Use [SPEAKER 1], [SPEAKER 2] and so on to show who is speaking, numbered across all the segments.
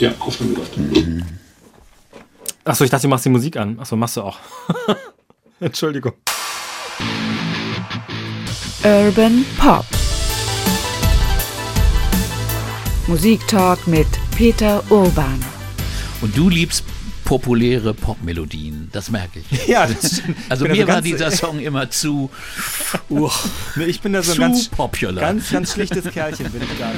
[SPEAKER 1] Ja, Aufnahme läuft.
[SPEAKER 2] Achso, ich dachte, du machst die Musik an. Achso, machst du auch. Entschuldigung.
[SPEAKER 3] Urban Pop. Musiktalk mit Peter Urban.
[SPEAKER 4] Und du liebst populäre Popmelodien, das merke ich.
[SPEAKER 2] Ja, das stimmt.
[SPEAKER 4] Also
[SPEAKER 2] Ich bin da so
[SPEAKER 4] mir war
[SPEAKER 2] ganz-
[SPEAKER 4] dieser Song immer zu,
[SPEAKER 2] Uch. Nee, ich bin da so ein
[SPEAKER 4] zu
[SPEAKER 2] ganz,
[SPEAKER 4] popular.
[SPEAKER 2] ganz, ganz schlichtes Kerlchen, bin ich da.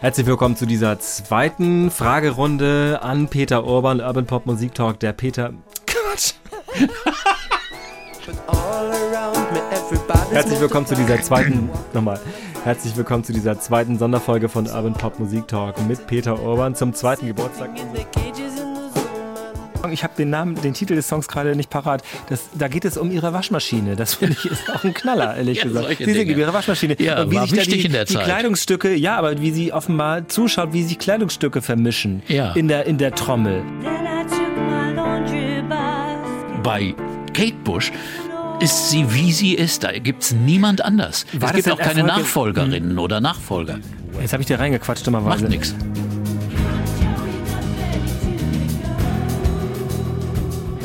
[SPEAKER 2] Herzlich willkommen zu dieser zweiten Fragerunde an Peter Urban, Urban Pop Musik Talk, der Peter. Quatsch. Herzlich willkommen zu dieser zweiten, nochmal, herzlich willkommen zu dieser zweiten Sonderfolge von Urban Pop Musik Talk mit Peter Urban zum zweiten Geburtstag. Ich habe den Namen, den Titel des Songs gerade nicht parat. Das, da geht es um ihre Waschmaschine. Das finde ich ist auch ein Knaller, ehrlich
[SPEAKER 4] Ja,
[SPEAKER 2] gesagt.
[SPEAKER 4] solche
[SPEAKER 2] Sie singt
[SPEAKER 4] Dinge.
[SPEAKER 2] über ihre Waschmaschine.
[SPEAKER 4] Ja,
[SPEAKER 2] Und wie
[SPEAKER 4] war
[SPEAKER 2] sich da
[SPEAKER 4] wichtig
[SPEAKER 2] die,
[SPEAKER 4] in der
[SPEAKER 2] die
[SPEAKER 4] Zeit.
[SPEAKER 2] Kleidungsstücke, ja, aber wie sie offenbar zuschaut, wie sich Kleidungsstücke vermischen
[SPEAKER 4] Ja.
[SPEAKER 2] in, der, in der Trommel.
[SPEAKER 4] Bei Kate Bush ist sie, wie sie ist. Da gibt es niemand anders.
[SPEAKER 2] War
[SPEAKER 4] es
[SPEAKER 2] das
[SPEAKER 4] gibt auch
[SPEAKER 2] ein
[SPEAKER 4] keine
[SPEAKER 2] Erfolg-
[SPEAKER 4] Nachfolgerinnen oder Nachfolger.
[SPEAKER 2] Jetzt habe ich dir reingequatscht,
[SPEAKER 4] Macht
[SPEAKER 2] dummerweise.
[SPEAKER 4] nichts.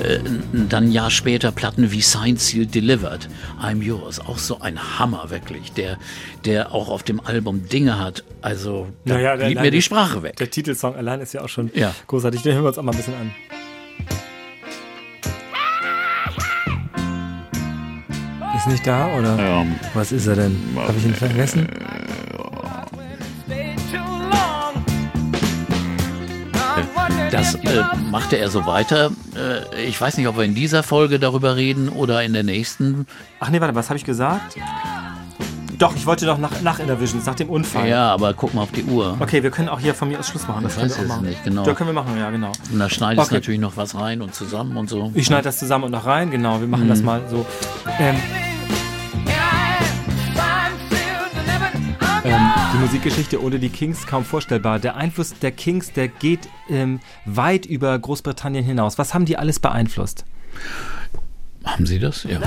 [SPEAKER 4] Äh, Dann ein Jahr später Platten wie Signed, Sealed, Delivered, I'm Yours. Auch so ein Hammer, wirklich. Der, der auch auf dem Album Dinge hat. Also, da
[SPEAKER 2] Naja, der-
[SPEAKER 4] blieb
[SPEAKER 2] nein,
[SPEAKER 4] mir die
[SPEAKER 2] der-
[SPEAKER 4] Sprache weg.
[SPEAKER 2] Der Titelsong allein ist ja auch schon
[SPEAKER 4] Ja.
[SPEAKER 2] großartig. Den hören wir uns auch mal ein bisschen an. Ist nicht da oder? Was ist er denn? Habe ich ihn vergessen?
[SPEAKER 4] Das äh, machte er so weiter. Äh, ich weiß nicht, ob wir in dieser Folge darüber reden oder in der nächsten.
[SPEAKER 2] Ach nee, warte, was habe ich gesagt? Doch, ich wollte doch nach, nach Innervisions, nach dem Unfall.
[SPEAKER 4] Ja, aber guck mal auf die Uhr.
[SPEAKER 2] Okay, wir können auch hier von mir aus Schluss machen. Das
[SPEAKER 4] Ich
[SPEAKER 2] können
[SPEAKER 4] weiß
[SPEAKER 2] wir auch
[SPEAKER 4] es
[SPEAKER 2] machen.
[SPEAKER 4] nicht, genau.
[SPEAKER 2] Da können wir machen, ja, genau.
[SPEAKER 4] Und da schneidest
[SPEAKER 2] Okay.
[SPEAKER 4] natürlich noch was rein und zusammen und so.
[SPEAKER 2] Ich schneide das zusammen und noch rein, genau. Wir machen das mal so. Ähm, Ähm, die Musikgeschichte ohne die Kings kaum vorstellbar. Der Einfluss der Kings, der geht ähm, weit über Großbritannien hinaus. Was haben die alles beeinflusst?
[SPEAKER 4] Haben Sie das? Ja.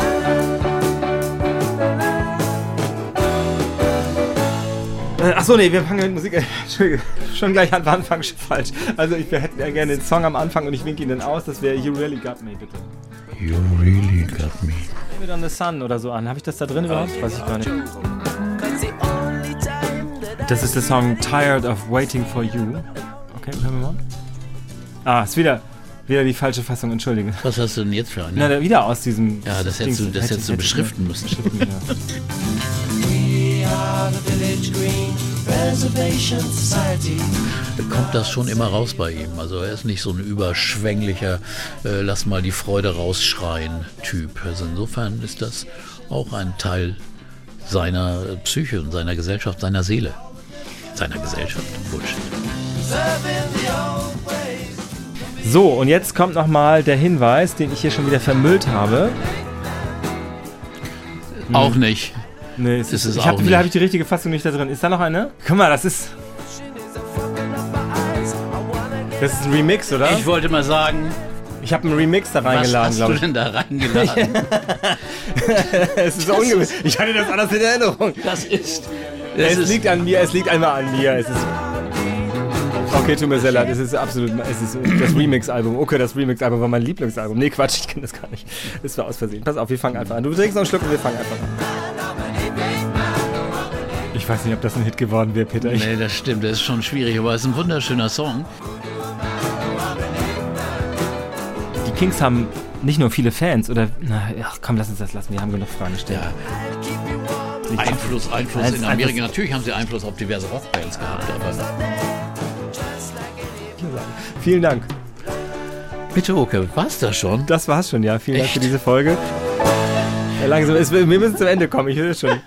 [SPEAKER 2] Äh, achso, nee, wir fangen mit Musik. Entschuldige, schon gleich an Anfang schon falsch. Also, ich, wir hätten ja gerne den Song am Anfang und ich winke ihn dann aus. Das wäre You Really Got Me, bitte.
[SPEAKER 4] You really got me.
[SPEAKER 2] Leave it on the Sun oder so an. Habe ich das da drin überhaupt? Weiß ich gar nicht. Das ist der Song Tired of Waiting for You. Okay, hören wir mal. Ah, ist wieder, wieder die falsche Fassung, entschuldige.
[SPEAKER 4] Was hast du denn jetzt für einen?
[SPEAKER 2] Na, da- wieder aus diesem.
[SPEAKER 4] ja, das hättest du, das hättest du beschriften müssen.
[SPEAKER 2] müssen.
[SPEAKER 4] Kommt das schon immer raus bei ihm. Also er ist nicht so ein überschwänglicher, äh, lass mal die Freude rausschreien Typ. Also insofern ist das auch ein Teil seiner äh, Psyche und seiner Gesellschaft, seiner Seele. Seiner Gesellschaft. Bullshit.
[SPEAKER 2] So, und jetzt kommt nochmal der Hinweis, den ich hier schon wieder vermüllt habe.
[SPEAKER 4] Auch nicht.
[SPEAKER 2] Nee, es
[SPEAKER 4] Ist es
[SPEAKER 2] ich hab,
[SPEAKER 4] auch
[SPEAKER 2] vielleicht
[SPEAKER 4] nicht.
[SPEAKER 2] habe ich die richtige Fassung nicht da drin. Ist da noch eine? Guck mal, das ist. Das ist ein Remix, oder?
[SPEAKER 4] Ich wollte mal sagen,
[SPEAKER 2] Ich habe einen Remix da
[SPEAKER 4] was
[SPEAKER 2] reingeladen,
[SPEAKER 4] hast du
[SPEAKER 2] glaube ich.
[SPEAKER 4] denn da reingeladen?
[SPEAKER 2] Es ist ungewiss. Ich hatte das anders in Erinnerung.
[SPEAKER 4] Das ist.
[SPEAKER 2] Es
[SPEAKER 4] Das ist
[SPEAKER 2] liegt an mir, es liegt einmal an mir. Es ist okay, tut mir sehr leid. Es ist absolut, es ist das Remix-Album. Okay, das Remix-Album war mein Lieblingsalbum. Nee, Quatsch, ich kenne das gar nicht. Es war aus Versehen. Pass auf, wir fangen einfach an. Du trinkst noch einen Schluck und wir fangen einfach an. Ich weiß nicht, ob das ein Hit geworden wäre, Peter. Ich,
[SPEAKER 4] Nee, das stimmt, das ist schon schwierig, aber es ist ein wunderschöner Song.
[SPEAKER 2] die Kings haben nicht nur viele Fans oder. Na, ach komm, lass uns das lassen. Wir haben genug Fragen gestellt.
[SPEAKER 4] Ja. Also Einfluss, Einfluss
[SPEAKER 2] Einfluss,
[SPEAKER 4] in Amerika.
[SPEAKER 2] Einfluss.
[SPEAKER 4] Natürlich haben sie Einfluss auf diverse Rockbands gehabt, aber.
[SPEAKER 2] Vielen Dank.
[SPEAKER 4] Bitte, Oke, war's das schon?
[SPEAKER 2] Das war's schon, ja. Vielen Dank
[SPEAKER 4] Echt?
[SPEAKER 2] für diese Folge. Ja, langsam, es, wir müssen zum Ende kommen. Ich höre schon.